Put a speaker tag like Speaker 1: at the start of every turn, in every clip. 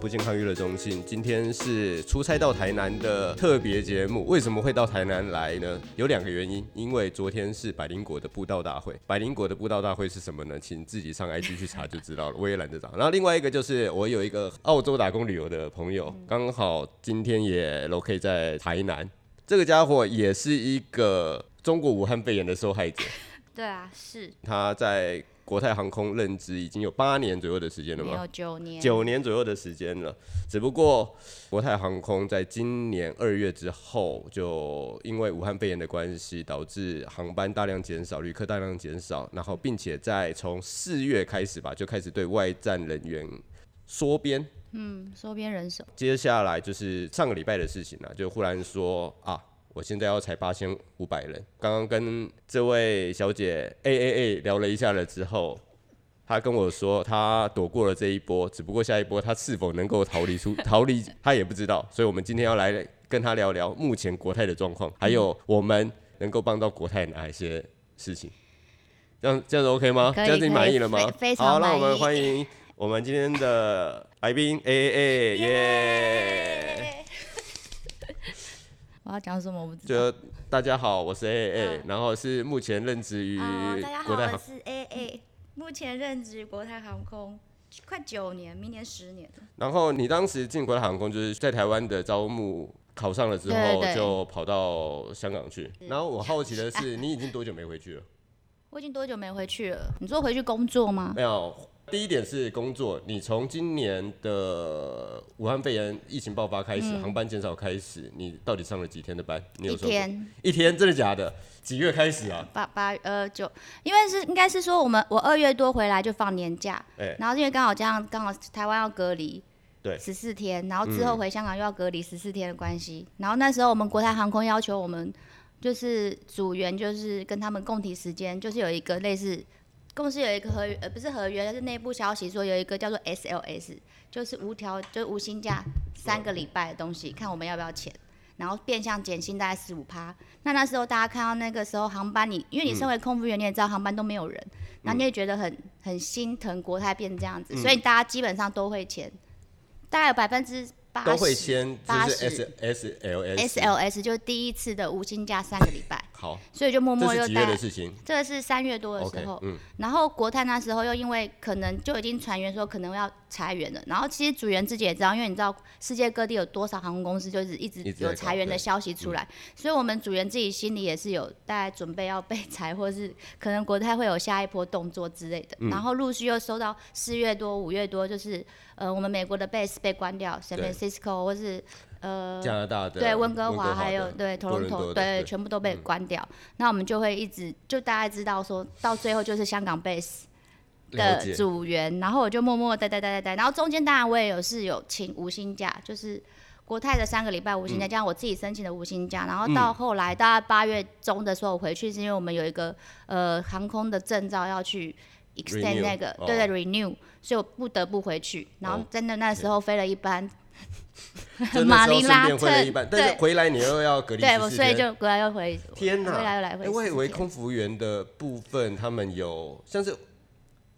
Speaker 1: 不健康娱乐中心。今天是出差到台南的特别节目。为什么会到台南来呢？有两个原因，因为昨天是百灵果的布道大会。百灵果的布道大会是什么呢？请自己上 IG 去查就知道了，我也懒得找。然后另外一个就是我有一个澳洲打工旅游的朋友，刚好今天也 locate 在台南。这个家伙也是一个中国武汉肺炎的受害者。
Speaker 2: 对啊，是
Speaker 1: 他在国泰航空任职已经有八年左右的时间了
Speaker 2: 没
Speaker 1: 吗
Speaker 2: 有？九年，
Speaker 1: 九年左右的时间了，只不过国泰航空在今年二月之后，就因为武汉肺炎的关系，导致航班大量减少，旅客大量减少，然后并且在从四月开始吧，就开始对外站人员缩编。
Speaker 2: 嗯，收编人手，
Speaker 1: 接下来就是上个礼拜的事情了、就忽然说啊，我现在要裁八千五百人。刚刚跟这位小姐 A A A 聊了一下了之后，她跟我说她躲过了这一波，只不过下一波她是否能够逃离出 逃离，她也不知道。所以我们今天要来跟她聊聊目前国泰的状况，还有我们能够帮到国泰哪一些事情。这样这样子 OK 吗？
Speaker 2: 可以
Speaker 1: 这样子你满意了吗
Speaker 2: 可以？非非常
Speaker 1: 好，那我
Speaker 2: 满
Speaker 1: 们
Speaker 2: 意
Speaker 1: 欢迎我们今天的来宾 A A A 耶。
Speaker 2: 我要讲什么我不知道。
Speaker 1: 就大家好，我是 A A，、然后是目前任职于
Speaker 3: 哦，大家好，
Speaker 1: 国泰
Speaker 3: 我
Speaker 1: 航，
Speaker 3: 是 A A，目前任职国泰航空快九年，明年十年了。
Speaker 1: 然后你当时进国泰航空就是在台湾的招募考上了之后，
Speaker 2: 对对嗯对
Speaker 1: 就跑到香港去。然后我好奇的是，你已经多久没回去了？
Speaker 2: 我已经多久没回去了？你说回去工作吗？
Speaker 1: 没有。第一点是工作，你从今年的武汉肺炎疫情爆发开始，航班减少开始，你到底上了几天的班？你有
Speaker 2: 嗯一
Speaker 1: 说过
Speaker 2: 天，
Speaker 1: 一天，真的假的？几月开始啊？
Speaker 2: 八八呃九，因为是应该是说我们我二月多回来就放年假，
Speaker 1: 哎
Speaker 2: 然后因为刚好这样刚好台湾要隔离，
Speaker 1: 对嗯
Speaker 2: 十四天，然后之后回香港又要隔离十四天的关系，然后那时候我们国泰航空要求我们就是组员就是跟他们共体时间，就是有一个类似。公司有一个合约，呃，不是合约，但是内部消息说有一个叫做 SLS，就是无条，就是无薪假三个礼拜的东西，看我们要不要钱，然后变相减薪大概十五趴，那那时候大家看到那个时候航班你，因为你身为空服员，你也知道航班都没有人，然后你也觉得很很心疼国泰变这样
Speaker 1: 嗯
Speaker 2: 子，所以大家基本上都会签，大概有百分之八十
Speaker 1: 都会签，就
Speaker 2: 八
Speaker 1: 是
Speaker 2: 十
Speaker 1: S S L S。
Speaker 2: SLS 就是第一次的无薪假三个礼拜，
Speaker 1: 好，
Speaker 2: 所以就默
Speaker 1: 这
Speaker 2: 默
Speaker 1: 是
Speaker 2: 又
Speaker 1: 几月
Speaker 2: 带
Speaker 1: 的。事情
Speaker 2: 这个是三月多的
Speaker 1: ？OK，
Speaker 2: 时候，
Speaker 1: 嗯，
Speaker 2: 然后国泰那时候又因为可能就已经传言说可能要裁员了，然后其实组员自己也知道，因为你知道世界各地有多少航空公司就是一直
Speaker 1: 一直在
Speaker 2: 有
Speaker 1: 搞
Speaker 2: 裁员
Speaker 1: 对嗯
Speaker 2: 的消息出来，所以我们组员自己心里也是有大概准备要被裁，或是可能国泰会有下一波动作之类
Speaker 1: 嗯
Speaker 2: 的。然后陆续又收到四月多、五月多，就是呃我们美国的 base 被关掉，San
Speaker 1: 对
Speaker 2: Francisco 或是呃
Speaker 1: 加拿大的
Speaker 2: 对温哥华
Speaker 1: 的
Speaker 2: 还有对
Speaker 1: 多
Speaker 2: 头龙
Speaker 1: 伦
Speaker 2: 头
Speaker 1: 多的
Speaker 2: 对
Speaker 1: 对嗯
Speaker 2: 全部都被关掉，那我们就会一直就大概知道说到最后就是香港 base
Speaker 1: 了
Speaker 2: 的
Speaker 1: 解
Speaker 2: 组员，然后我就默默待待待待待，然后中间当然我也有是有请无薪假，就是国泰的三个礼拜无薪
Speaker 1: 嗯
Speaker 2: 假，加上我自己申请的无薪假，然后到后来大概八月中的时候我回去，是因为我们有一个呃航空的证照要去 extend
Speaker 1: Renew，
Speaker 2: 那个
Speaker 1: 哦
Speaker 2: 对对 renew，所以我不得不回去，然后
Speaker 1: 哦
Speaker 2: 真的那时候飞了一班
Speaker 1: 真的
Speaker 2: 马
Speaker 1: 时候
Speaker 2: 尼
Speaker 1: 顺
Speaker 2: 拉
Speaker 1: 便回了
Speaker 2: 特
Speaker 1: 一半，但是
Speaker 2: 对
Speaker 1: 回来你又要隔离
Speaker 2: 对，我
Speaker 1: 14
Speaker 2: 所以
Speaker 1: 天。
Speaker 2: 就回来又回，
Speaker 1: 天哪！
Speaker 2: 回来又来回
Speaker 1: 哎我以
Speaker 2: 14
Speaker 1: 为
Speaker 2: 天
Speaker 1: 空服员的部分他们有，像是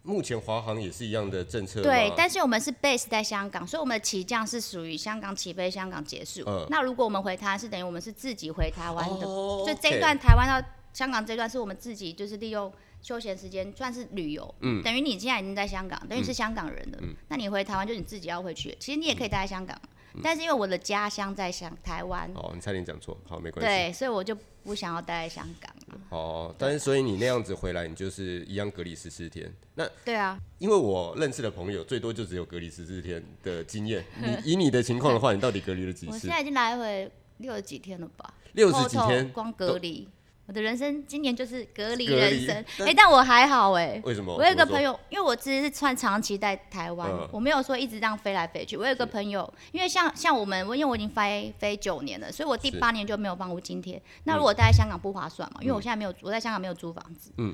Speaker 1: 目前华航也是一样的政策吗。
Speaker 2: 对，但是我们是 base 在香港，所以我们的起降是属于香港起飞、香港结束。
Speaker 1: 嗯
Speaker 2: 那如果我们回台湾，是等于我们是自己回台湾的，
Speaker 1: 哦
Speaker 2: 就这
Speaker 1: OK
Speaker 2: 一段台湾到香港这一段是我们自己就是利用休闲时间算是旅游，嗯，等于你现在已经在香港，等于
Speaker 1: 嗯
Speaker 2: 是香港人了，那你回台湾就你自己要回去，其实你也可以待在香港，
Speaker 1: 嗯
Speaker 2: 但是因为我的家乡在香台湾，
Speaker 1: 哦，你差点讲错，好，没关系。
Speaker 2: 对，所以我就不想要待在香港了。
Speaker 1: 哦，但是所以你那样子回来，你就是一样隔离十四天。那
Speaker 2: 对啊，
Speaker 1: 因为我认识的朋友最多就只有隔离十四天的经 验。你以你的情况的话，你到底隔离了几
Speaker 2: 我
Speaker 1: 次
Speaker 2: 现？在已经来回六十几天了吧？
Speaker 1: 六十几
Speaker 2: total
Speaker 1: 天？
Speaker 2: 光隔离。我的人生今年就是隔离
Speaker 1: 隔离
Speaker 2: 人生，
Speaker 1: 但
Speaker 2: 哎、但我还好哎、
Speaker 1: 为什么？
Speaker 2: 我有一个
Speaker 1: 怎么说
Speaker 2: 朋友，因为我其实是算长期在台湾，
Speaker 1: 嗯
Speaker 2: 我没有说一直这样飞来飞去。我有一个朋友，因为像像我们，因为我已经飞飞九年了，所以我第
Speaker 1: 是嗯
Speaker 2: 八年就没有房屋津贴。那如果待在香港不划算嘛，因为我现在没有我在香港没有租房子。
Speaker 1: 嗯。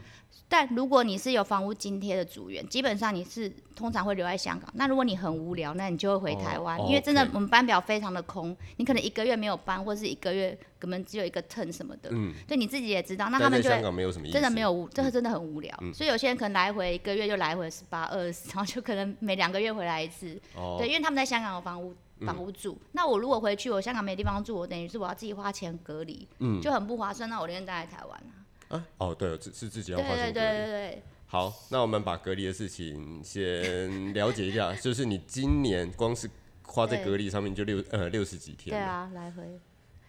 Speaker 2: 但如果你是有房屋津贴的组员，基本上你是通常会留在香港。那如果你很无聊，那你就会回台湾，
Speaker 1: 哦
Speaker 2: 因为真的
Speaker 1: ，OK
Speaker 2: 我们班表非常的空，你可能一个月没有班，或是一个月可能只有一个 turn 什么的，
Speaker 1: 嗯，
Speaker 2: 对你自己也知道，那他
Speaker 1: 但在
Speaker 2: 们就会
Speaker 1: 香港没有什么意思，
Speaker 2: 真的没有无，这个真的很无聊。
Speaker 1: 嗯
Speaker 2: 所以有些人可能来回一个月就来回十八、二十，然后就可能每两个月回来一次。
Speaker 1: 哦，嗯
Speaker 2: 对，因为他们在香港有房屋房屋住，那我如果回去，我香港没地方住，我等于是我要自己花钱隔离，
Speaker 1: 嗯
Speaker 2: 就很不划算。那我宁愿待在台湾啊。
Speaker 1: 啊，哦，对，是是自己
Speaker 2: 对
Speaker 1: 要花
Speaker 2: 对
Speaker 1: 钱
Speaker 2: 对
Speaker 1: 隔
Speaker 2: 对
Speaker 1: 离。
Speaker 2: 对，
Speaker 1: 好，那我们把隔离的事情先了解一 下，就是你今年光是花在
Speaker 2: 对
Speaker 1: 隔离上面就六呃六十几天
Speaker 2: 对
Speaker 1: 了，
Speaker 2: 啊，来回。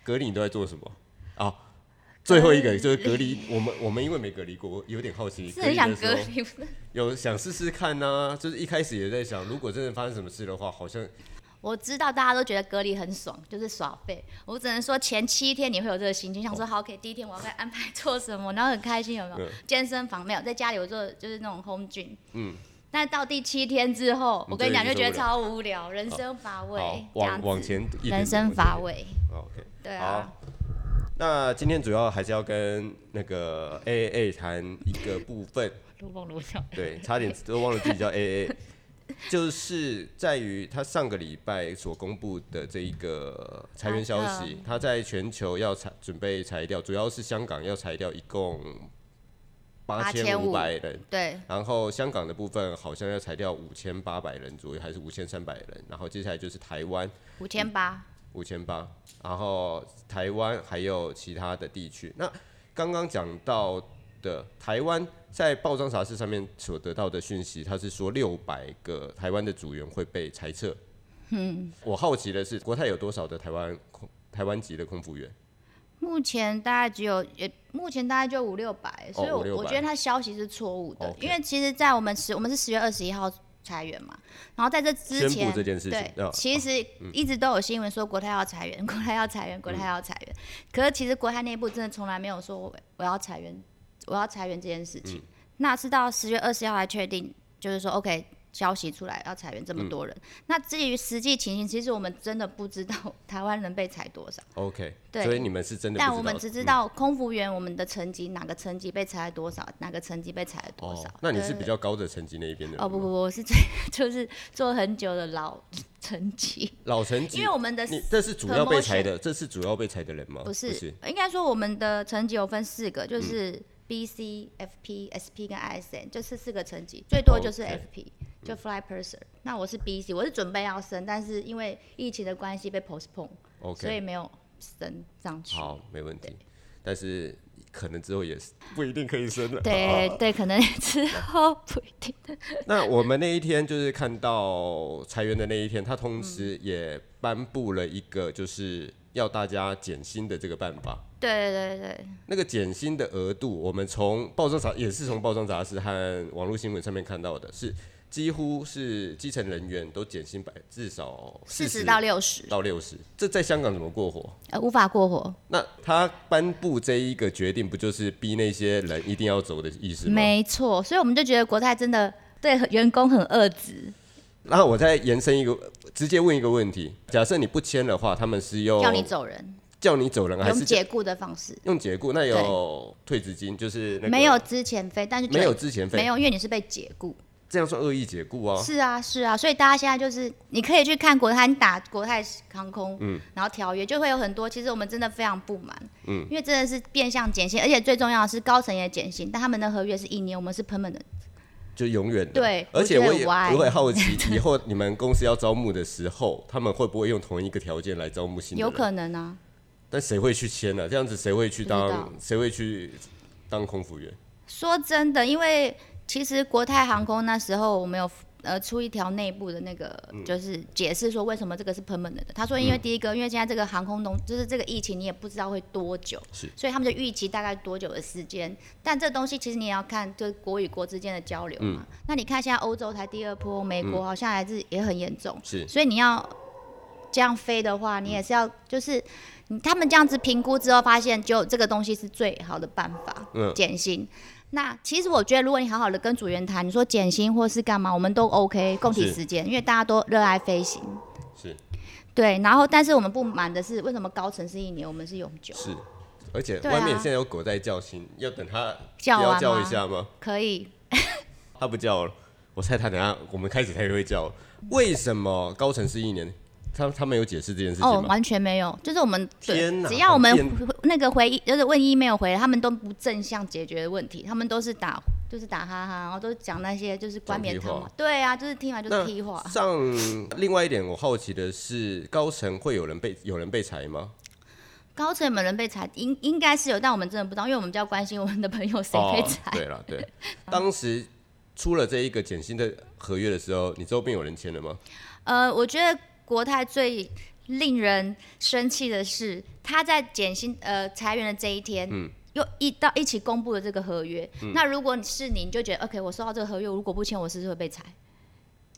Speaker 1: 隔离你都在做什么啊？最后一个就是隔离，我们我们因为没隔离过，我有点好奇，
Speaker 2: 呃是
Speaker 1: 离
Speaker 2: 很想
Speaker 1: 的时
Speaker 2: 隔
Speaker 1: 候
Speaker 2: 离，
Speaker 1: 有想试试看呢、就是一开始也在想，如果真的发生什么事的话，好像
Speaker 2: 我知道大家都觉得隔离很爽，就是耍废。我只能说前七天你会有这个心情，想说好，OK，第一天我要该安排做什么，然后很开心，有没有
Speaker 1: 嗯？
Speaker 2: 健身房没有，在家里我做就是那种 home gym。嗯。但到第七天之后，我跟你讲，
Speaker 1: 你
Speaker 2: 就
Speaker 1: 真的是
Speaker 2: 觉得超无聊，人生乏
Speaker 1: 好
Speaker 2: 味，这样
Speaker 1: 往
Speaker 2: 子
Speaker 1: 往前一点
Speaker 2: 人生乏
Speaker 1: 法。
Speaker 2: 味。
Speaker 1: 哦 OK，
Speaker 2: 对啊，
Speaker 1: 那今天主要还是要跟那个 A A 谈一个部分，
Speaker 2: 如梦如笑。
Speaker 1: 对，差点都忘了自己叫 A A，就是在于他上个礼拜所公布的这一个裁员消息，他在全球要裁准备裁掉，主要是香港要裁掉一共八千五百人，
Speaker 2: 对，
Speaker 1: 然后香港的部分好像要裁掉五千八百人左右，还是五千三百人，然后接下来就是台湾
Speaker 2: 五千八。
Speaker 1: 五千八，然后台湾还有其他的地区。那刚刚讲到的台湾在报章杂志上面所得到的讯息，他是说六百个台湾的组员会被裁撤。嗯，我好奇的是，国泰有多少的台湾空台湾籍的空服员？
Speaker 2: 目前大概只有，也目前大概就五六百，
Speaker 1: 哦
Speaker 2: 所以我、
Speaker 1: 500-600
Speaker 2: 我觉得他消息是错误的
Speaker 1: OK
Speaker 2: 因为其实，在我们十我们是十月二十一号裁员嘛，然后在这之
Speaker 1: 宣
Speaker 2: 前
Speaker 1: 布这件事情
Speaker 2: 对
Speaker 1: 哦，
Speaker 2: 其实一直都有新闻说国泰要裁员， 国泰要裁员，国泰要裁
Speaker 1: 嗯
Speaker 2: 员，可是其实国泰内部真的从来没有说我我要裁员，我要裁员这件事
Speaker 1: 嗯
Speaker 2: 情，那是到十月二十号来确定，就是说 OK。消息出来要裁员
Speaker 1: 嗯
Speaker 2: 这么多人，那至于实际情形，其实我们真的不知道 台湾能被裁多少。
Speaker 1: OK，
Speaker 2: 对
Speaker 1: 所以你们是真的不知道，嗯
Speaker 2: 但我们只知道空服员我们的层级哪个层级被裁了多少，哪个层级被裁了多少
Speaker 1: 哦。，那你是
Speaker 2: 对
Speaker 1: 比较高的层级那一边的人
Speaker 2: 哦不不
Speaker 1: 吗
Speaker 2: 不，我是最 就是做很久的老层级，
Speaker 1: 老层级，
Speaker 2: 因为我们的
Speaker 1: 你这是主要被裁的，这是主要被裁的人吗？
Speaker 2: 不是
Speaker 1: 不是嗯
Speaker 2: 应该说我们的层级有分四个，就是 B、C、FP、SP 跟 ISN，就这四个层级，最多就是
Speaker 1: 哦 OK 嗯
Speaker 2: FP。就 fly person，、那我是 B C，我是准备要升，但是因为疫情的关系被 postpone，、所以
Speaker 1: OK，
Speaker 2: 没有升上去。
Speaker 1: 好，没问题。但是可能之后也是不一定可以升了。
Speaker 2: 对、对，可能 之后不一定。
Speaker 1: 那我们那一天就是看到裁员的那一天，他同
Speaker 2: 嗯
Speaker 1: 时也颁布了一个就是要大家减薪的这个办法。
Speaker 2: 对对对对，
Speaker 1: 那个减薪的额度，我们从报章杂也是从报章杂志和网络新闻上面看到的，是几乎是基层人员都减薪百至少
Speaker 2: 四十
Speaker 1: 40
Speaker 2: 到六十，
Speaker 1: 到六十，这在香港怎么过活？
Speaker 2: 呃，无法过活。
Speaker 1: 那他颁布这一个决定，不就是逼那些人一定要走的意思吗？
Speaker 2: 没错，所以我们就觉得国泰真的对员工很恶质，
Speaker 1: 然后我再延伸一个，直接问一个问题：假设你不签的话，他们是用
Speaker 2: 叫你走人，
Speaker 1: 叫你走人，哦还
Speaker 2: 用
Speaker 1: 是
Speaker 2: 解雇的方式，
Speaker 1: 用解雇？那有退职金，就是那个
Speaker 2: 没有之前费，但是
Speaker 1: 没有
Speaker 2: 就
Speaker 1: 之前
Speaker 2: 没
Speaker 1: 费，
Speaker 2: 有，因为你是被解雇。
Speaker 1: 这样算恶意解雇啊？
Speaker 2: 是啊，是啊，所以大家现在就是你可以去看国泰，你打国泰航空，
Speaker 1: 嗯
Speaker 2: 然后条约就会有很多。其实我们真的非常不满，嗯，因为真的是变相减薪，而且最重要的是高层也减薪，但他们的合约是一年，我们是 permanent
Speaker 1: 就永远的。
Speaker 2: 对
Speaker 1: 而且我
Speaker 2: 我觉得
Speaker 1: 也
Speaker 2: 很
Speaker 1: 我也好 奇，以后你们公司要招募的时候，他们会不会用同一个条件来招募新的
Speaker 2: 有
Speaker 1: 人？
Speaker 2: 可能啊，
Speaker 1: 但谁会去签啊呢、这样子谁会去
Speaker 2: 不知道
Speaker 1: 当？谁会去当空服员？
Speaker 2: 说真的，因为其实国泰航空那时候我们有呃出一条内部的那个，就是解释说为什么这个是 permanent 的。他说，因为第一个，因为现在这个航空农就是这个疫情，你也不知道会多久，
Speaker 1: 是
Speaker 2: 所以他们就预期大概多久的时间。但这东西其实你也要看，就是国与国之间的交流嘛。那你看现在欧洲才第二波，美国好像还是也很严重，
Speaker 1: 是
Speaker 2: 所以你要这样飞的话，你也是要就是你他们这样子评估之后，发现就这个东西是最好的办法，
Speaker 1: 嗯
Speaker 2: 减薪。那其实我觉得，如果你好好的跟组员谈，你说减薪或是干嘛，我们都 OK，共体
Speaker 1: 是
Speaker 2: 时间，因为大家都热爱飞行。
Speaker 1: 是
Speaker 2: 对，然后但是我们不满的是，为什么高层是一年，我们是永久？
Speaker 1: 是，而且
Speaker 2: 对啊
Speaker 1: 外面现在有狗在叫醒，要等它
Speaker 2: 叫啊
Speaker 1: 不要
Speaker 2: 完
Speaker 1: 叫
Speaker 2: 吗
Speaker 1: 一下吗？
Speaker 2: 可以，
Speaker 1: 它不叫了，我猜它等下我们开始才会叫。为什么高层是一年？他他们有解释这件事
Speaker 2: 哦，
Speaker 1: 情吗？
Speaker 2: 完全没有，就是我们对
Speaker 1: 天，哪
Speaker 2: 只要我们
Speaker 1: 好变
Speaker 2: 回那个回一就是问 email 回，他们都不正向解决问题，他们都是打就是打哈哈，然后都讲那些就是冠冕
Speaker 1: 讲屁
Speaker 2: 堂
Speaker 1: 话
Speaker 2: 皇。对啊，就是听完就是
Speaker 1: 那
Speaker 2: 屁话。
Speaker 1: 像另外一点，我好奇的是，高层会有人被有人被裁吗？
Speaker 2: 高层有没有人被裁？应应该是有，但我们真的不知道，因为我们比较关心我们的朋 友谁被裁。
Speaker 1: 哦对了，对，当时出了这一个减薪的合约的时候，你周边有人签了吗？
Speaker 2: 呃，我觉得国泰最令人生气的是，他在减薪呃裁员的这一天，
Speaker 1: 嗯
Speaker 2: 又一到一起公布了这个合约。那如果你是你，你就觉得 OK，我收到这个合约，我如果不签，我是不是会被裁？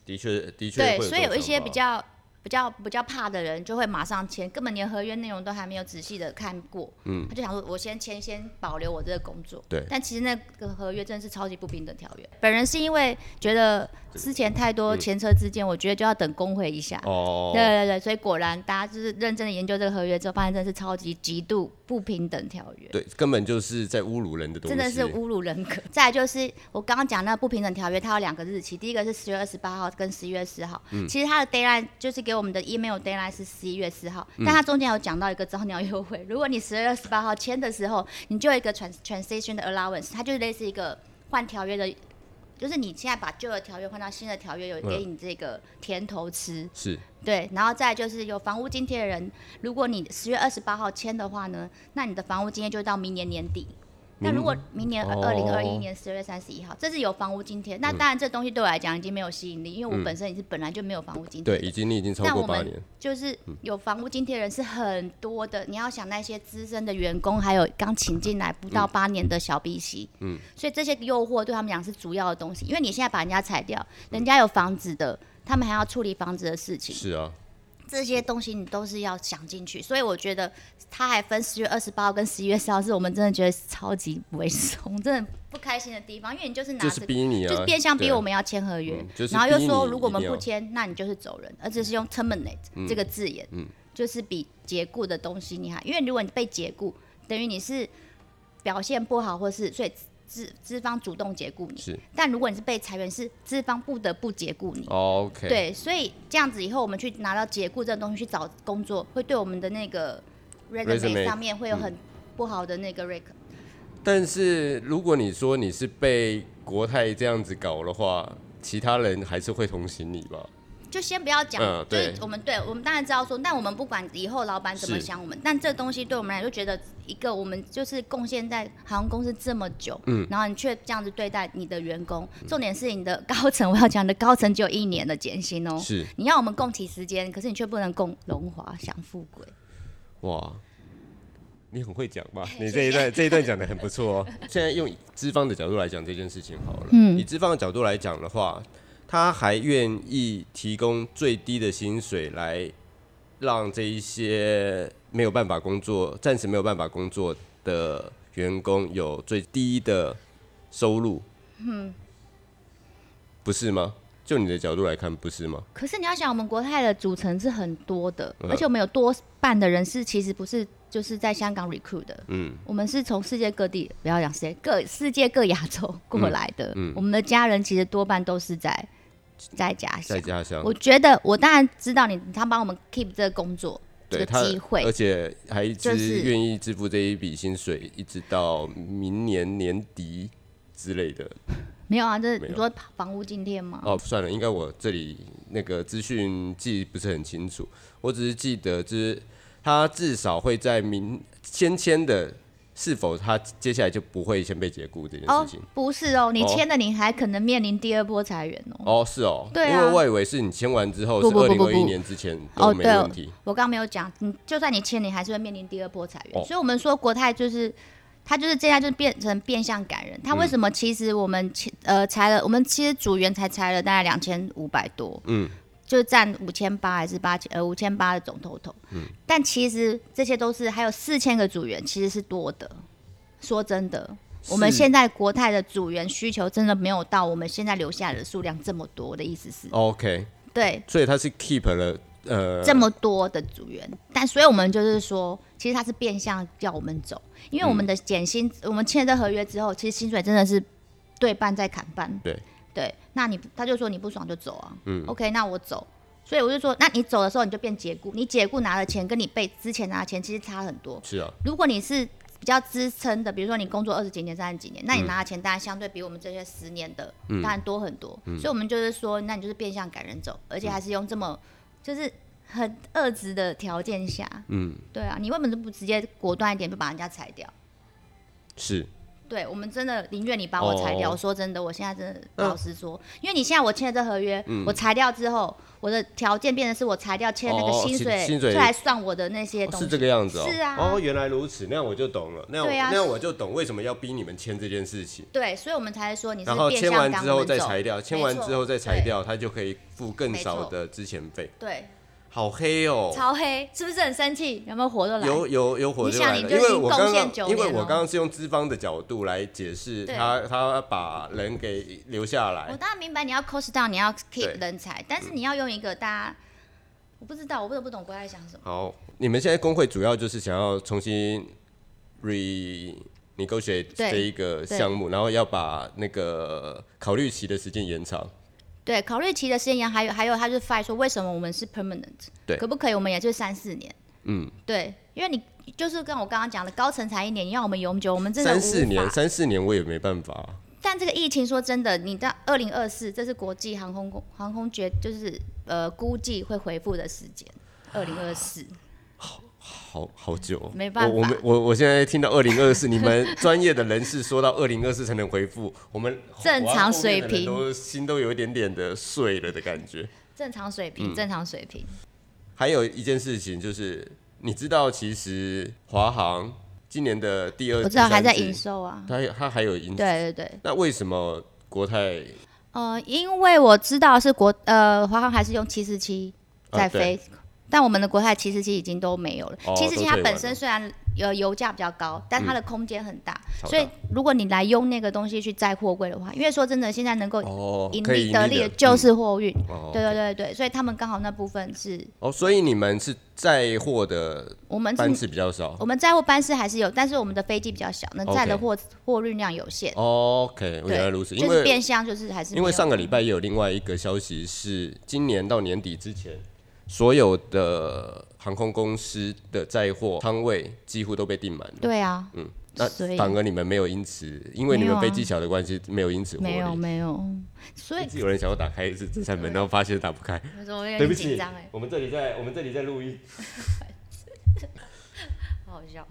Speaker 1: 的确，的确会这种想
Speaker 2: 对，
Speaker 1: 法，
Speaker 2: 所以有一些比较比较比较怕的人，就会马上签，根本连合约内容都还没有仔细的看过，嗯，他就想说，我先签，先保留我这个工作，
Speaker 1: 对
Speaker 2: 但其实那个合约真的是超级不平等条约。本人是因为觉得之前太多前车之鉴，我觉得就要等工会一下。
Speaker 1: 嗯哦，
Speaker 2: 对对对，所以果然大家就是认真的研究这个合约之后，发现真的是超级极度不平等条约。
Speaker 1: 对，根本就是在侮辱人的东西，
Speaker 2: 真的是侮辱人格。再来就是我刚刚讲那个不平等条约，它有两个日期，第一个是十月二十八号跟十一月四号。
Speaker 1: 嗯
Speaker 2: 其实它的 deadline 就是给我们的 email deadline 是十一月四号，
Speaker 1: 嗯
Speaker 2: 但它中间有讲到一个早鸟优惠。如果你十月二十八号签的时候，你就有一个 trans transition 的 allowance，它就是类似一个换条约的。就是你现在把旧的条约换到新的条约，有
Speaker 1: 嗯
Speaker 2: 给你这个甜头吃，
Speaker 1: 是
Speaker 2: 对，然后再来就是有房屋津贴的人，如果你十月二十八号签的话呢，那你的房屋津贴就到明年年底。那如果明年呃
Speaker 1: 哦
Speaker 2: 二零二一年十月三十一号，这是有房屋津贴。那当然，这东西对我来讲已经没有吸引力，因为我本身也是本来就没有房屋津贴
Speaker 1: 对，
Speaker 2: 的。
Speaker 1: 已经你已经超
Speaker 2: 但
Speaker 1: 过
Speaker 2: 我
Speaker 1: 八
Speaker 2: 们
Speaker 1: 年，
Speaker 2: 就是有房屋津贴的人是很多的，你要想那些资深的员工，还有刚请进来不到八年的小 B 息，嗯，所以这些诱惑对他们讲是主要的东西。因为你现在把人家裁掉，人家有房子的，他们还要处理房子的事情，
Speaker 1: 是啊，
Speaker 2: 这些东西你都是要想进去，所以我觉得他还分十月二十八号跟十一月四号，是我们真的觉得超级不会松， 真的不开心的地方，因为你就是拿
Speaker 1: 就是
Speaker 2: 着。
Speaker 1: 逼你啊，
Speaker 2: 就是变相逼
Speaker 1: 对啊
Speaker 2: 我们要签合约，
Speaker 1: 嗯就是
Speaker 2: 然后又
Speaker 1: 逼你
Speaker 2: 说如果我
Speaker 1: 一
Speaker 2: 们
Speaker 1: 定
Speaker 2: 不
Speaker 1: 要嗯
Speaker 2: 签，那你就是走人，而且是用 terminate、这个字眼，就是比解雇的东西你还，因为如果你被解雇，等于你是表现不好，或是所以资资方主动解雇你，
Speaker 1: 是
Speaker 2: 但如果你是被裁员，是资方不得不解雇你，
Speaker 1: 哦 OK，，
Speaker 2: 对，所以这样子以后，我们去拿到解雇这个东西去找工作，会对我们的那个
Speaker 1: Resume，嗯
Speaker 2: resume 上面会有很不好的那个 rec。
Speaker 1: 但是如果你说你是被国泰这样子搞的话，其他人还是会同情你吧？
Speaker 2: 就先不要讲，
Speaker 1: 嗯
Speaker 2: 就是
Speaker 1: 对
Speaker 2: 我们对我们当然知道说，但我们不管以后老板怎么
Speaker 1: 是
Speaker 2: 想我们，但这东西对我们来说，就觉得一个我们就是贡献在航空公司这么久，嗯，然后你却这样子对待你的员工，
Speaker 1: 嗯
Speaker 2: 重点是你的高层，我要讲你的高层只有一年的减薪哦，
Speaker 1: 是
Speaker 2: 你要我们共体时间，可是你却不能共荣华享富贵。
Speaker 1: 哇，你很会讲吧？你这一段这一段讲的很不错哦。现在用资方的角度来讲这件事情好了，以资方的角度来讲的话，他还愿意提供最低的薪水来让这一些没有办法工作、暂时没有办法工作的员工有最低的收入，嗯，不是吗？就你的角度来看，不是吗？
Speaker 2: 可是你要想，我们国泰的组成是很多的，
Speaker 1: 嗯
Speaker 2: 而且我们有多半的人是其实不是就是在香港 recruit 的，嗯，我们是从世界各地，不要讲世界各世界各亚洲过来的，
Speaker 1: 嗯
Speaker 2: 我们的家人其实多半都是在在家
Speaker 1: 在。
Speaker 2: 乡
Speaker 1: 家乡，
Speaker 2: 我觉得我当然知道你，他帮我们 keep 这个工作这
Speaker 1: 对
Speaker 2: 个
Speaker 1: 他
Speaker 2: 机会
Speaker 1: 而，且还一
Speaker 2: 就
Speaker 1: 直
Speaker 2: 是
Speaker 1: 愿意支付这一笔薪水，一直到明年年底之类的。
Speaker 2: 没有啊？这
Speaker 1: 没有
Speaker 2: 你说房屋津贴吗？
Speaker 1: 哦，算了，应该我这里那个资讯记不是很清楚，我只是记得就是他至少会在明先签的，是否他接下来就不会先被解雇这件
Speaker 2: 哦
Speaker 1: 事情。，
Speaker 2: 不是哦，你
Speaker 1: 哦
Speaker 2: 签了，你还可能面临第二波裁员哦。
Speaker 1: 哦，是哦，
Speaker 2: 对啊
Speaker 1: 因为我以为是你签完之后
Speaker 2: 不
Speaker 1: 是
Speaker 2: 不
Speaker 1: 二
Speaker 2: 不
Speaker 1: 零
Speaker 2: 不
Speaker 1: 二一
Speaker 2: 不
Speaker 1: 年之前
Speaker 2: 哦
Speaker 1: 都没
Speaker 2: 对
Speaker 1: 问题，
Speaker 2: 我刚刚没有讲，你就算你签，你还是会面临第二波裁员。
Speaker 1: 哦
Speaker 2: 所以我们说国泰就是。他就是这样，就变成变相感人。他
Speaker 1: 嗯
Speaker 2: 为什么？其实我们签呃裁了，我们其实组员才裁了大概两千五百多，嗯，就占五千八还是八千呃五千八的总 total，嗯，但其实这些都是还有四千个组员，其实是多的。说真的，我们
Speaker 1: 是
Speaker 2: 现在国泰的组员需求真的没有到我们现在留下来的数量这么多。我的意思是，
Speaker 1: 哦 OK，
Speaker 2: 对，
Speaker 1: 所以他是 keep 了呃
Speaker 2: 这么多的组员，但所以我们就是说，其实他是变相叫我们走，因为我们的减薪，我们签了这合约之后，其实薪水真的是对半在砍半。
Speaker 1: 对
Speaker 2: 对，那你不他就说你不爽就走啊，嗯，OK，那我走。所以我就说，那你走的时候你就变解雇，你解雇拿的钱跟你被之前拿的钱其实差很多。
Speaker 1: 是啊，
Speaker 2: 如果你是比较资深的，比如说你工作二十几年、三十几年，那你
Speaker 1: 嗯
Speaker 2: 拿的钱当然相对比我们这些十年的、当然多很多。
Speaker 1: 嗯
Speaker 2: 所以我们就是说，那你就是变相赶人走，而且还是用这么、就是很恶质的条件下，
Speaker 1: 嗯，
Speaker 2: 对啊，你为什么不直接果断一点就把人家裁掉？
Speaker 1: 是
Speaker 2: 对我们真的宁愿你把我裁掉。
Speaker 1: 哦
Speaker 2: 我说真的，我现在真的
Speaker 1: 嗯
Speaker 2: 老实说，因为你现在我签了这合约，我裁掉之后，我的条件变成是我裁掉签那个
Speaker 1: 哦
Speaker 2: 薪
Speaker 1: 薪
Speaker 2: 水，
Speaker 1: 薪水
Speaker 2: 再来算我的那些
Speaker 1: 哦
Speaker 2: 东西。
Speaker 1: 是这个样子哦。
Speaker 2: 是啊
Speaker 1: 哦，原来如此，那样我就懂了，那样我
Speaker 2: 对啊
Speaker 1: 那样我就懂为什么要逼你们签这件事情。
Speaker 2: 对，所以我们才说你是
Speaker 1: 然后
Speaker 2: 变
Speaker 1: 签
Speaker 2: 相
Speaker 1: 完
Speaker 2: 赶
Speaker 1: 之
Speaker 2: 我
Speaker 1: 后
Speaker 2: 们
Speaker 1: 再
Speaker 2: 走
Speaker 1: 裁掉，签完
Speaker 2: 没错
Speaker 1: 之后再裁
Speaker 2: 对
Speaker 1: 掉，他就可以付更
Speaker 2: 没
Speaker 1: 少
Speaker 2: 错
Speaker 1: 的之前费。
Speaker 2: 对，
Speaker 1: 好黑哦，
Speaker 2: 超黑，是不是很生气？有没有活都来？
Speaker 1: 有有有火
Speaker 2: 你
Speaker 1: 就
Speaker 2: 想
Speaker 1: 来
Speaker 2: 你
Speaker 1: 了，
Speaker 2: 就
Speaker 1: 因
Speaker 2: 已
Speaker 1: 为
Speaker 2: 经
Speaker 1: 我
Speaker 2: 贡
Speaker 1: 刚
Speaker 2: 献九
Speaker 1: 刚因为
Speaker 2: 年
Speaker 1: 我
Speaker 2: 了
Speaker 1: 刚刚是用资方的角度来解释，
Speaker 2: 对
Speaker 1: 他他把人给留下
Speaker 2: 我
Speaker 1: 来，
Speaker 2: 当然明白你要 cost down，你要
Speaker 1: 对嗯
Speaker 2: keep 人才，但是你要用一个大家，我不知道，我不不懂国家在想什么。
Speaker 1: 好，你们现在工会主要就是想要重新 re negotiate
Speaker 2: 对
Speaker 1: 这一个项目，然后要把那个考虑期的时间延长。
Speaker 2: 对，考虑期的时间延还有还有，他就 fight 说为什么我们是 permanent，
Speaker 1: 对
Speaker 2: 可不可以我们也就三四年？
Speaker 1: 嗯，
Speaker 2: 对，因为你就是跟我刚刚讲的高层才一年，你要我们永久，我们真的
Speaker 1: 三四
Speaker 2: 无
Speaker 1: 年，
Speaker 2: 法。
Speaker 1: 三四年我也没办法。
Speaker 2: 但这个疫情说真的，你到二零二四，这是国际航空公航空局就是呃估计会回复的时间，二零二四。
Speaker 1: 嗯好好久哦，
Speaker 2: 没办
Speaker 1: 我我
Speaker 2: 法
Speaker 1: 们我我现在听到二零二四，你们专业的人士说到二零二四才能回复，我们
Speaker 2: 正
Speaker 1: 我和
Speaker 2: 常
Speaker 1: 后面的
Speaker 2: 水
Speaker 1: 人
Speaker 2: 平
Speaker 1: 都心都有一点点的碎了的感觉。
Speaker 2: 正常水
Speaker 1: 嗯
Speaker 2: 平，正常水平。
Speaker 1: 还有一件事情就是，你知道其实华航今年的第二，
Speaker 2: 我知道
Speaker 1: 第
Speaker 2: 还
Speaker 1: 三
Speaker 2: 在
Speaker 1: 季
Speaker 2: 营，收啊，
Speaker 1: 它有它还有营，
Speaker 2: 对对对，
Speaker 1: 那为什么国泰
Speaker 2: 呃，因为我知道是国呃华航还是用七四七
Speaker 1: 啊
Speaker 2: 在
Speaker 1: 对
Speaker 2: 飞，但我们的国泰七四七已经都没有了
Speaker 1: 哦。
Speaker 2: 七四
Speaker 1: 都
Speaker 2: 七
Speaker 1: 退
Speaker 2: 它
Speaker 1: 完
Speaker 2: 本
Speaker 1: 了嗯
Speaker 2: 身虽然呃油价比较高，但它的空间很大，
Speaker 1: 超
Speaker 2: 所以
Speaker 1: 大
Speaker 2: 如果你来用那个东西去载货柜的话，因为说真的，现在能够
Speaker 1: 哦
Speaker 2: 盈
Speaker 1: 可以
Speaker 2: 利得利
Speaker 1: 利
Speaker 2: 的就是货运。
Speaker 1: 哦
Speaker 2: 对对对对，所以他们刚好那部分是
Speaker 1: 哦，所以你们是载货的
Speaker 2: 我们
Speaker 1: 班
Speaker 2: 是
Speaker 1: 次比较少。
Speaker 2: 我们载货班次还是有，但是我们的飞机比较小，能载的
Speaker 1: OK
Speaker 2: 货货运量有限。
Speaker 1: 哦 OK，
Speaker 2: 对，
Speaker 1: 原来如此，因
Speaker 2: 就是
Speaker 1: 为
Speaker 2: 变嗯相就是还是
Speaker 1: 因
Speaker 2: 没
Speaker 1: 为
Speaker 2: 有
Speaker 1: 上个礼拜也有另外一个消息是，今年到年底之前，所有的航空公司的载货仓位几乎都被订满了。
Speaker 2: 对啊，嗯，
Speaker 1: 那
Speaker 2: 所以
Speaker 1: 反而你们没有因此，因为你们
Speaker 2: 没有啊
Speaker 1: 飞机小的关系，没有因此获
Speaker 2: 没有
Speaker 1: 利。
Speaker 2: 没有，所以
Speaker 1: 一直有人想要打开这这扇门，然后发现打不开。
Speaker 2: 我说我有
Speaker 1: 对
Speaker 2: 点
Speaker 1: 不
Speaker 2: 紧
Speaker 1: 起
Speaker 2: 张哎，，
Speaker 1: 我们这里在我们这里在录音。
Speaker 2: 好好笑。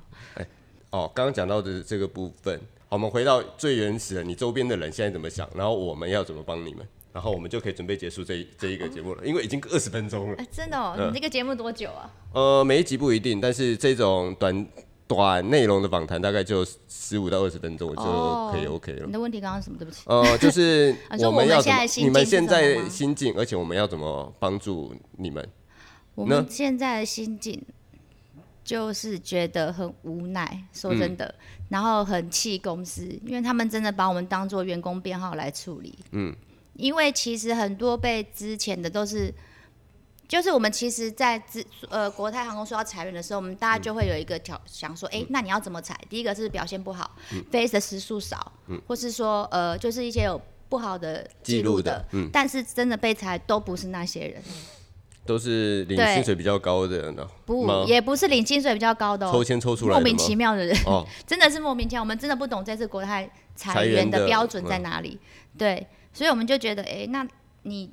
Speaker 1: 哦，刚刚讲到的这个部分，好我们回到最原始的，你周边的人现在怎么想，然后我们要怎么帮你们，然后我们就可以准备结束这一这一个节目了，因为已经二十分钟了。
Speaker 2: 哎，真的哦，
Speaker 1: 嗯
Speaker 2: 你这个节目多久啊？
Speaker 1: 呃，每一集不一定，但是这种短短内容的访谈大概就十五到二十分钟，我就可以 OK 了
Speaker 2: 你。的问题刚刚是什么？对不起，
Speaker 1: 呃，就是
Speaker 2: 啊说
Speaker 1: 我们
Speaker 2: 我们
Speaker 1: 要怎
Speaker 2: 现
Speaker 1: 么
Speaker 2: 在，心
Speaker 1: 你们
Speaker 2: 境是
Speaker 1: 现
Speaker 2: 什么
Speaker 1: 在
Speaker 2: 吗
Speaker 1: 心境，而且我们要怎么帮助你们？
Speaker 2: 我们现在的心境就是觉得很无奈，说真的，然后很气公司，因为他们真的把我们当做员工编号来处理。嗯，因为其实很多被之前的都是，就是我们其实在之呃国泰航空说要裁员的时候，我们大家就会有一个条、想说，哎、那你要怎么裁？第一个是表现不好，飞、的时数少，或是说呃就是一些有不好的
Speaker 1: 记
Speaker 2: 记
Speaker 1: 录
Speaker 2: 录
Speaker 1: 的
Speaker 2: 的，但是真的被裁都不是那些人。
Speaker 1: 都是领
Speaker 2: 对
Speaker 1: 薪水比较高的呢，吗
Speaker 2: 不，也不是领薪水比较高的、哦，
Speaker 1: 抽签抽出来
Speaker 2: 莫
Speaker 1: 的
Speaker 2: 名
Speaker 1: 吗
Speaker 2: 其妙的人，
Speaker 1: 哦，
Speaker 2: 真的是莫名其妙。我们真的不懂这次国泰
Speaker 1: 裁
Speaker 2: 裁
Speaker 1: 员
Speaker 2: 员的嗯
Speaker 1: 的
Speaker 2: 标准在哪里。对，所以我们就觉得，哎、那你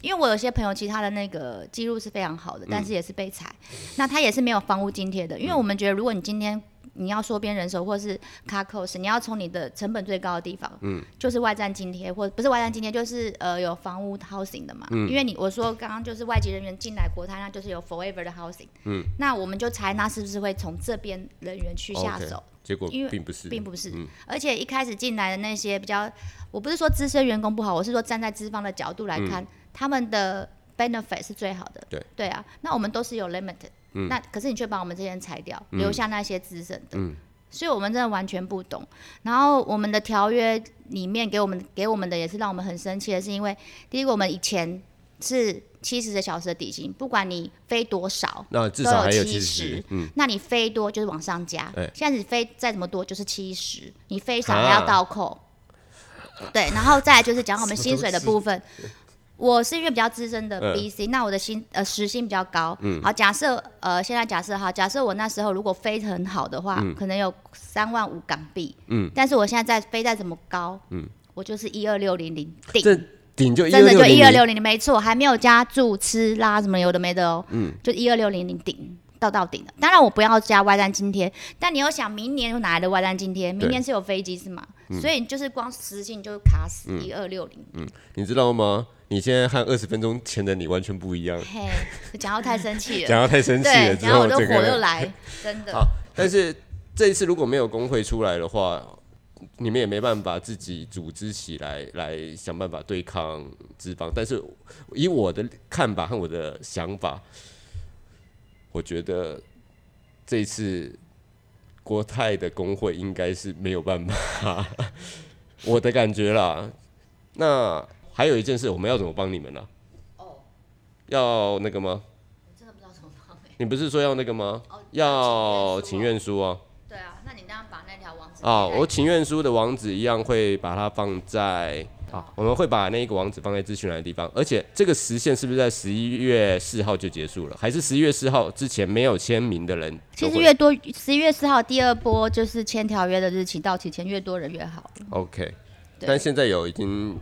Speaker 2: 因为我有些朋友，其实他的那个记录是非常好的，但是也是被裁，那他也是没有房屋津贴的，因为我们觉得，如果你今天你要缩编人手或是 cut cost，你要从你的成本最高的地方，嗯，就是外站津贴，或不是外站津贴，就是呃有房屋 housing 的嘛，因为你我说刚刚就是外籍人员进来国泰，那就是有 forever 的 housing，嗯，那我们就裁，那是不是会从这边人员去下
Speaker 1: OK
Speaker 2: 手？
Speaker 1: 结果
Speaker 2: 因为
Speaker 1: 并不是，嗯
Speaker 2: 并不是。而且一开始进来的那些比较，我不是说资深员工不好，我是说站在资方的角度来看，他们的 benefit 是最好的。
Speaker 1: 嗯对嗯
Speaker 2: 啊，那我们都是有 limited，、那可是你却把我们这些人裁掉，留下那些资深的。
Speaker 1: 嗯
Speaker 2: 所以我们真的完全不懂。然后我们的条约里面给我们给我们的也是让我们很生气的，是因为第一个我们以前是七十个小时的底薪，不管你飞多少，
Speaker 1: 那至少还
Speaker 2: 都有
Speaker 1: 七
Speaker 2: 70
Speaker 1: 十，嗯，
Speaker 2: 那你飞多就是往上加
Speaker 1: 对，
Speaker 2: 现在你飞再怎么多就是七十，你飞少
Speaker 1: 啊哎
Speaker 2: 还要倒扣。对，然后再来就是讲我们薪水的部分，我是因为比较资深的
Speaker 1: 嗯
Speaker 2: BC，、那我的薪呃时薪比较高。好，假设呃现在假设哈，假设我那时候如果飞得很好的话，可能有三万五港币。
Speaker 1: 嗯
Speaker 2: 但是我现在再飞再怎么高，我就是一二六零零顶。
Speaker 1: 这顶就一
Speaker 2: 真的就一二
Speaker 1: 六
Speaker 2: 六零零，没错，还没有加住吃啦什么有的没的哦，
Speaker 1: 嗯
Speaker 2: 就一二六零零顶到到顶的。当然我不要加外单津贴，但你要想明年又哪来的外单津贴？明年是有飞机是吗？
Speaker 1: 嗯
Speaker 2: 所以你就是光实性就卡死一二六零，
Speaker 1: 你知道吗？你现在和二十分钟前的你完全不一 样。
Speaker 2: 嘿，讲到太生气了，
Speaker 1: 讲到 太生气了
Speaker 2: 对，
Speaker 1: 之
Speaker 2: 然后
Speaker 1: 后，
Speaker 2: 我都火
Speaker 1: 整个
Speaker 2: 又
Speaker 1: 人
Speaker 2: 来， 真的
Speaker 1: 好，但是这一次如果没有工会出来的话，你们也没办法自己组织起来来想办法对抗资方。但是以我的看法和我的想法，我觉得这一次国泰的工会应该是没有办法， 我的感觉啦。那还有一件事，我们要怎么帮你们呢、要那个吗？你不是说要那个吗？
Speaker 2: 哦
Speaker 1: 要请愿书啊！
Speaker 2: 对啊，那你刚刚把那条网址
Speaker 1: 啊，我请愿书的网址一样会把它放在啊，我们会把那一个网址放在资讯栏的地方。而且这个时限是不是在十一月四号就结束了？还是十一月四号之前没有签名的人就
Speaker 2: 其
Speaker 1: 会？
Speaker 2: 实越多，十一月四号第二波就是签条约的日期到期前，越多人越好。
Speaker 1: OK，
Speaker 2: 对
Speaker 1: 但现在有已经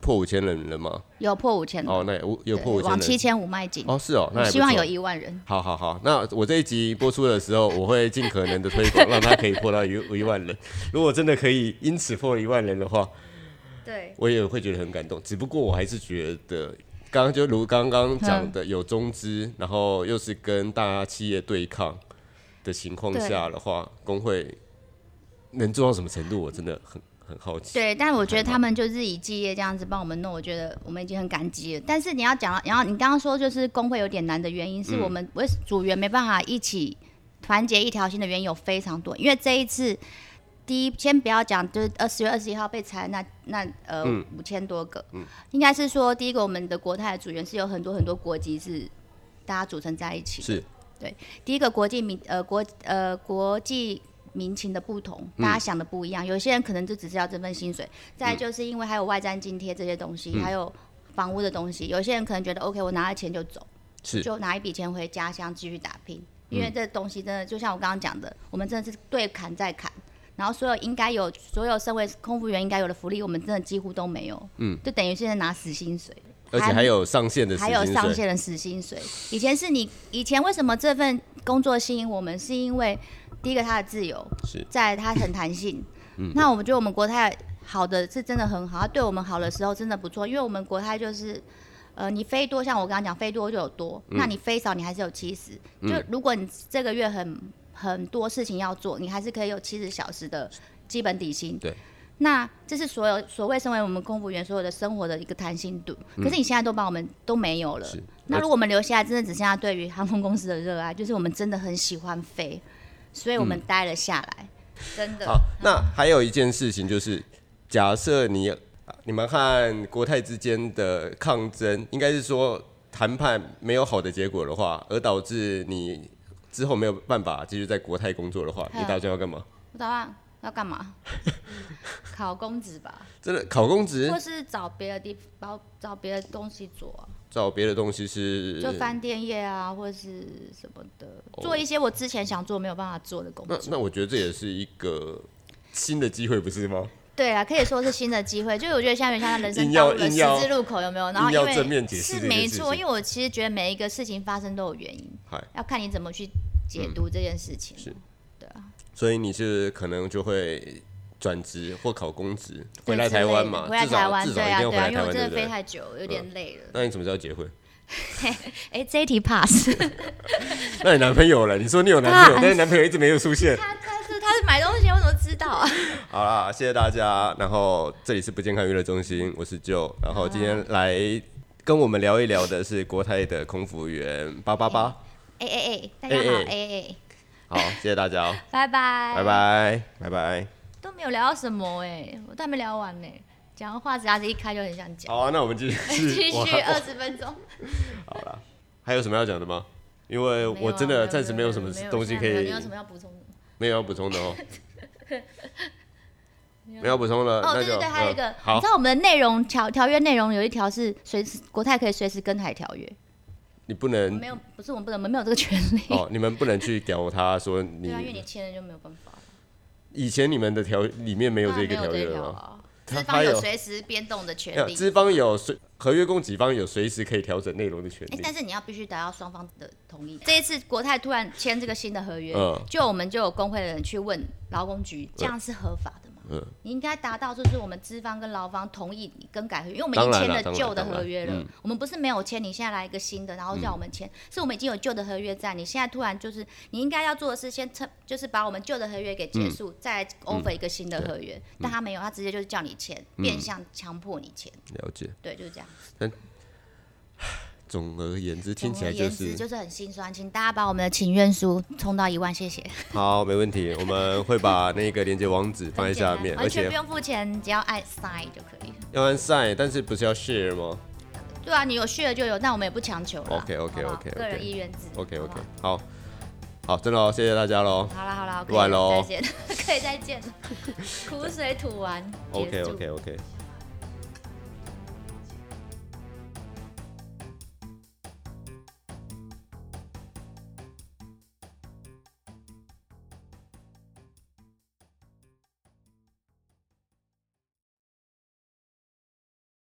Speaker 1: 破五千人了吗？
Speaker 2: 有破五千的，
Speaker 1: 哦，那也有破五
Speaker 2: 嗯对
Speaker 1: 千
Speaker 2: 往七
Speaker 1: 人。
Speaker 2: 千五迈进，
Speaker 1: 哦，是哦，那
Speaker 2: 我
Speaker 1: 也不
Speaker 2: 希望
Speaker 1: 错
Speaker 2: 有一万人。
Speaker 1: 好好好，那我这一集播出的时候，我会尽可能的推广，让它可以破到一一万人。如果真的可以因此破了一万人的话，
Speaker 3: 对，
Speaker 1: 我也会觉得很感动。只不过我还是觉得，刚刚就如刚刚讲的，有中资，然后又是跟大企业对抗的情况下的话，工会能做到什么程度，我真的很很好奇。
Speaker 2: 对，但我觉得他们就日以继夜这样子帮我们弄，我觉得我们已经很感激了。但是你要讲到，然后你刚刚说就是工会有点难的原因，是
Speaker 1: 嗯
Speaker 2: 我们为组员没办法一起团结一条心的原因有非常多。因为这一次，第一先不要讲，就是二十月二十一号被裁那那呃
Speaker 1: 嗯
Speaker 2: 五千多个，应该是说第一个我们的国泰的组员是有很多很多国籍是大家组成在一起的，
Speaker 1: 是
Speaker 2: 第一个国际民呃国呃国际民情的不同，大家想的不一样。有些人可能就只是要这份薪水，再来就是因为还有外站津贴这些东西，还有房屋的东西。有些人可能觉得 OK，我拿了钱就走，
Speaker 1: 是
Speaker 2: 就拿一笔钱回家乡继续打拼，因为这东西真的就像我刚刚讲的，我们真的是对砍再砍。然后所有应该有所有身为空服员应该有的福利，我们真的几乎都没有，嗯，就等于现在拿死薪水。
Speaker 1: 而且还有上限的时
Speaker 2: 还有
Speaker 1: 薪
Speaker 2: 上
Speaker 1: 水，
Speaker 2: 线的死薪水。以前是你，以前为什么这份工作吸引我们？是因为第一个它的自由，
Speaker 1: 是嗯
Speaker 2: 再来它很弹性。那我们觉得我们国泰好的是真的很好，它对我们好的时候真的不错，因为我们国泰就是。呃，你飞多，像我刚刚讲，飞多就有多，
Speaker 1: 嗯
Speaker 2: 那你飞少你还是有七十、就如果你这个月很很多事情要做，你还是可以有七十小时的基本底薪。
Speaker 1: 对，
Speaker 2: 那这是所有所谓身为我们空服员所有的生活的一个弹性度。可是你现在都把我们都没有了。
Speaker 1: 嗯是
Speaker 2: 那如果我们留下来，真的只剩下对于航空公司的热爱，就是我们真的很喜欢飞，所以我们待了下来。
Speaker 3: 真的
Speaker 1: 嗯好，那还有一件事情就是，假设你呃你们和国泰之间的抗争，应该是说谈判没有好的结果的话，而导致你之后没有办法继续在国泰工作的话，
Speaker 2: 嗯
Speaker 1: 你打算要干嘛？
Speaker 2: 我打算啊要 干嘛？考公职吧，
Speaker 1: 真的考公职
Speaker 2: 或，是找别的地方，找别的东西做啊、
Speaker 1: 找别的东西是
Speaker 2: 就饭店业啊，或是什么的，
Speaker 1: 哦
Speaker 2: 做一些我之前想做没有办法做的工作。
Speaker 1: 那那我觉得这也是一个新的机会，不是吗？
Speaker 2: 对啊啦，可以说是新的机会。就是我觉得现在有点像他人生
Speaker 1: 硬要
Speaker 2: 道路的
Speaker 1: 硬
Speaker 2: 十
Speaker 1: 要
Speaker 2: 字路口，有没有？然后
Speaker 1: 硬要
Speaker 2: 因为
Speaker 1: 正面解释
Speaker 2: 是
Speaker 1: 这件
Speaker 2: 没
Speaker 1: 事
Speaker 2: 错，
Speaker 1: 情
Speaker 2: 因为我其实觉得每一个事情发生都有原因
Speaker 1: 嗨，嗯
Speaker 2: 要看你怎么去解读这件事情。
Speaker 1: 是所以你是可能就会转职或考公职，回
Speaker 2: 对
Speaker 1: 来
Speaker 2: 之类
Speaker 1: 台湾
Speaker 2: 的
Speaker 1: 嘛，
Speaker 2: 回来
Speaker 1: 至少
Speaker 2: 台湾，
Speaker 1: 至
Speaker 2: 对
Speaker 1: 少一
Speaker 2: 啊
Speaker 1: 定要
Speaker 2: 对
Speaker 1: 回
Speaker 2: 啊，
Speaker 1: 来
Speaker 2: 因为
Speaker 1: 台
Speaker 2: 我
Speaker 1: 湾，
Speaker 2: 真
Speaker 1: 对
Speaker 2: 的
Speaker 1: 不
Speaker 2: 飞
Speaker 1: 对？嗯
Speaker 2: 太久，有点累了。
Speaker 1: 那你什么时候结婚？
Speaker 2: 哎，这一题 pass。
Speaker 1: 那你男朋友了？你说你有男朋友，但是男朋友一直没有出现。
Speaker 2: 他他是他是买东西，我怎么知道啊？
Speaker 1: 好啦，谢谢大家。然后这里是不健康娱乐中心，我是 Joe。然后今天来跟我们聊一聊的是国泰的空服员八八八。
Speaker 2: 哎哎哎，大家好，
Speaker 1: 哎
Speaker 2: 哎
Speaker 1: 哎
Speaker 2: 哎哎，
Speaker 1: 好，谢谢大家哦，
Speaker 2: 拜拜
Speaker 1: 拜，拜，拜拜。
Speaker 2: 都没有聊到什么哎，我都还没聊完呢。讲到话只要是一开就很想讲，
Speaker 1: 好啊，那我们继
Speaker 2: 继
Speaker 1: 续。我
Speaker 2: 续二十分钟。
Speaker 1: 还有什么要讲的吗？因为
Speaker 2: 没有
Speaker 1: 我
Speaker 2: 啊
Speaker 1: 真的暂时没有什么东西可
Speaker 2: 没有
Speaker 1: 以
Speaker 2: 啊 没有现在没有你有什么要补充的吗？
Speaker 1: 没有要补充的哦。哦没有补充了，那
Speaker 2: 哦，对
Speaker 1: 就
Speaker 2: 对对，还有一个
Speaker 1: 嗯，
Speaker 2: 你
Speaker 1: 好
Speaker 2: 知，道我们的内容条条约内容有一条是随时国泰可以随时更改条约，
Speaker 1: 你不
Speaker 2: 我们
Speaker 1: 能
Speaker 2: 没有，不是我们不能，我们没有这个权利。
Speaker 1: 哦，你们不能去屌他说 你
Speaker 2: 对啊，因为你签了就没有办法。
Speaker 1: 以前你们的条里面没有这个
Speaker 2: 当然
Speaker 1: 条
Speaker 2: 没
Speaker 1: 约
Speaker 2: 有这一
Speaker 1: 了
Speaker 2: 条
Speaker 1: 吗？
Speaker 2: 啊，
Speaker 1: 他
Speaker 2: 资
Speaker 1: 他
Speaker 2: 方
Speaker 1: 有
Speaker 2: 有随时变动的权
Speaker 1: 没
Speaker 2: 利
Speaker 1: 有，资方有随合约供给方有随时可以调整内容的权
Speaker 2: 哎、
Speaker 1: 利
Speaker 2: 但。是你要必须得到双方的同意。这一次国泰突然签这个新的合约，
Speaker 1: 嗯
Speaker 2: 就我们就有工会的人去问劳工局，这样是合法的吗？
Speaker 1: 嗯
Speaker 2: 你应该达到就是我们资方跟劳方同意你更改合约，因为我们已经
Speaker 1: 当然
Speaker 2: 签
Speaker 1: 啦
Speaker 2: 了
Speaker 1: 当然
Speaker 2: 旧的
Speaker 1: 当
Speaker 2: 合
Speaker 1: 然
Speaker 2: 约了，
Speaker 1: 嗯
Speaker 2: 我们不是没有签，你现在来一个新的，然后叫我们签，是我们已经有旧的合约在，你现在突然就是你应该要做的是先趁就是把我们旧的合约给结束，再 offer 一个新的合约，但他没有，他直接就是叫你签，变相强迫你签，
Speaker 1: 了解。
Speaker 2: 对，就是这样。
Speaker 1: 总而言之，听起来就
Speaker 2: 总而言之
Speaker 1: 是
Speaker 2: 就是很心酸，请大家把我们的请愿书冲到一万，谢谢。
Speaker 1: 好，没问题。我们会把那个连接网址放在下面，而
Speaker 2: 完全
Speaker 1: 且
Speaker 2: 不用付钱，只要按 sign 就可以了。
Speaker 1: 要按 sign，但是不是要 share 吗
Speaker 2: 对啊，你有需要就有，但我们也不强求啦
Speaker 1: OK，OK，OK，OK
Speaker 2: 好不好个人意愿制。
Speaker 1: ？OK
Speaker 2: 好不
Speaker 1: OK，
Speaker 2: 好
Speaker 1: 好，好，真的哦，谢谢大家喽。
Speaker 2: 好了 好了，可
Speaker 1: 完
Speaker 2: 以
Speaker 1: 咯
Speaker 2: 再见，可以再见了，苦水吐完结
Speaker 1: OK
Speaker 2: 束
Speaker 1: OK OK，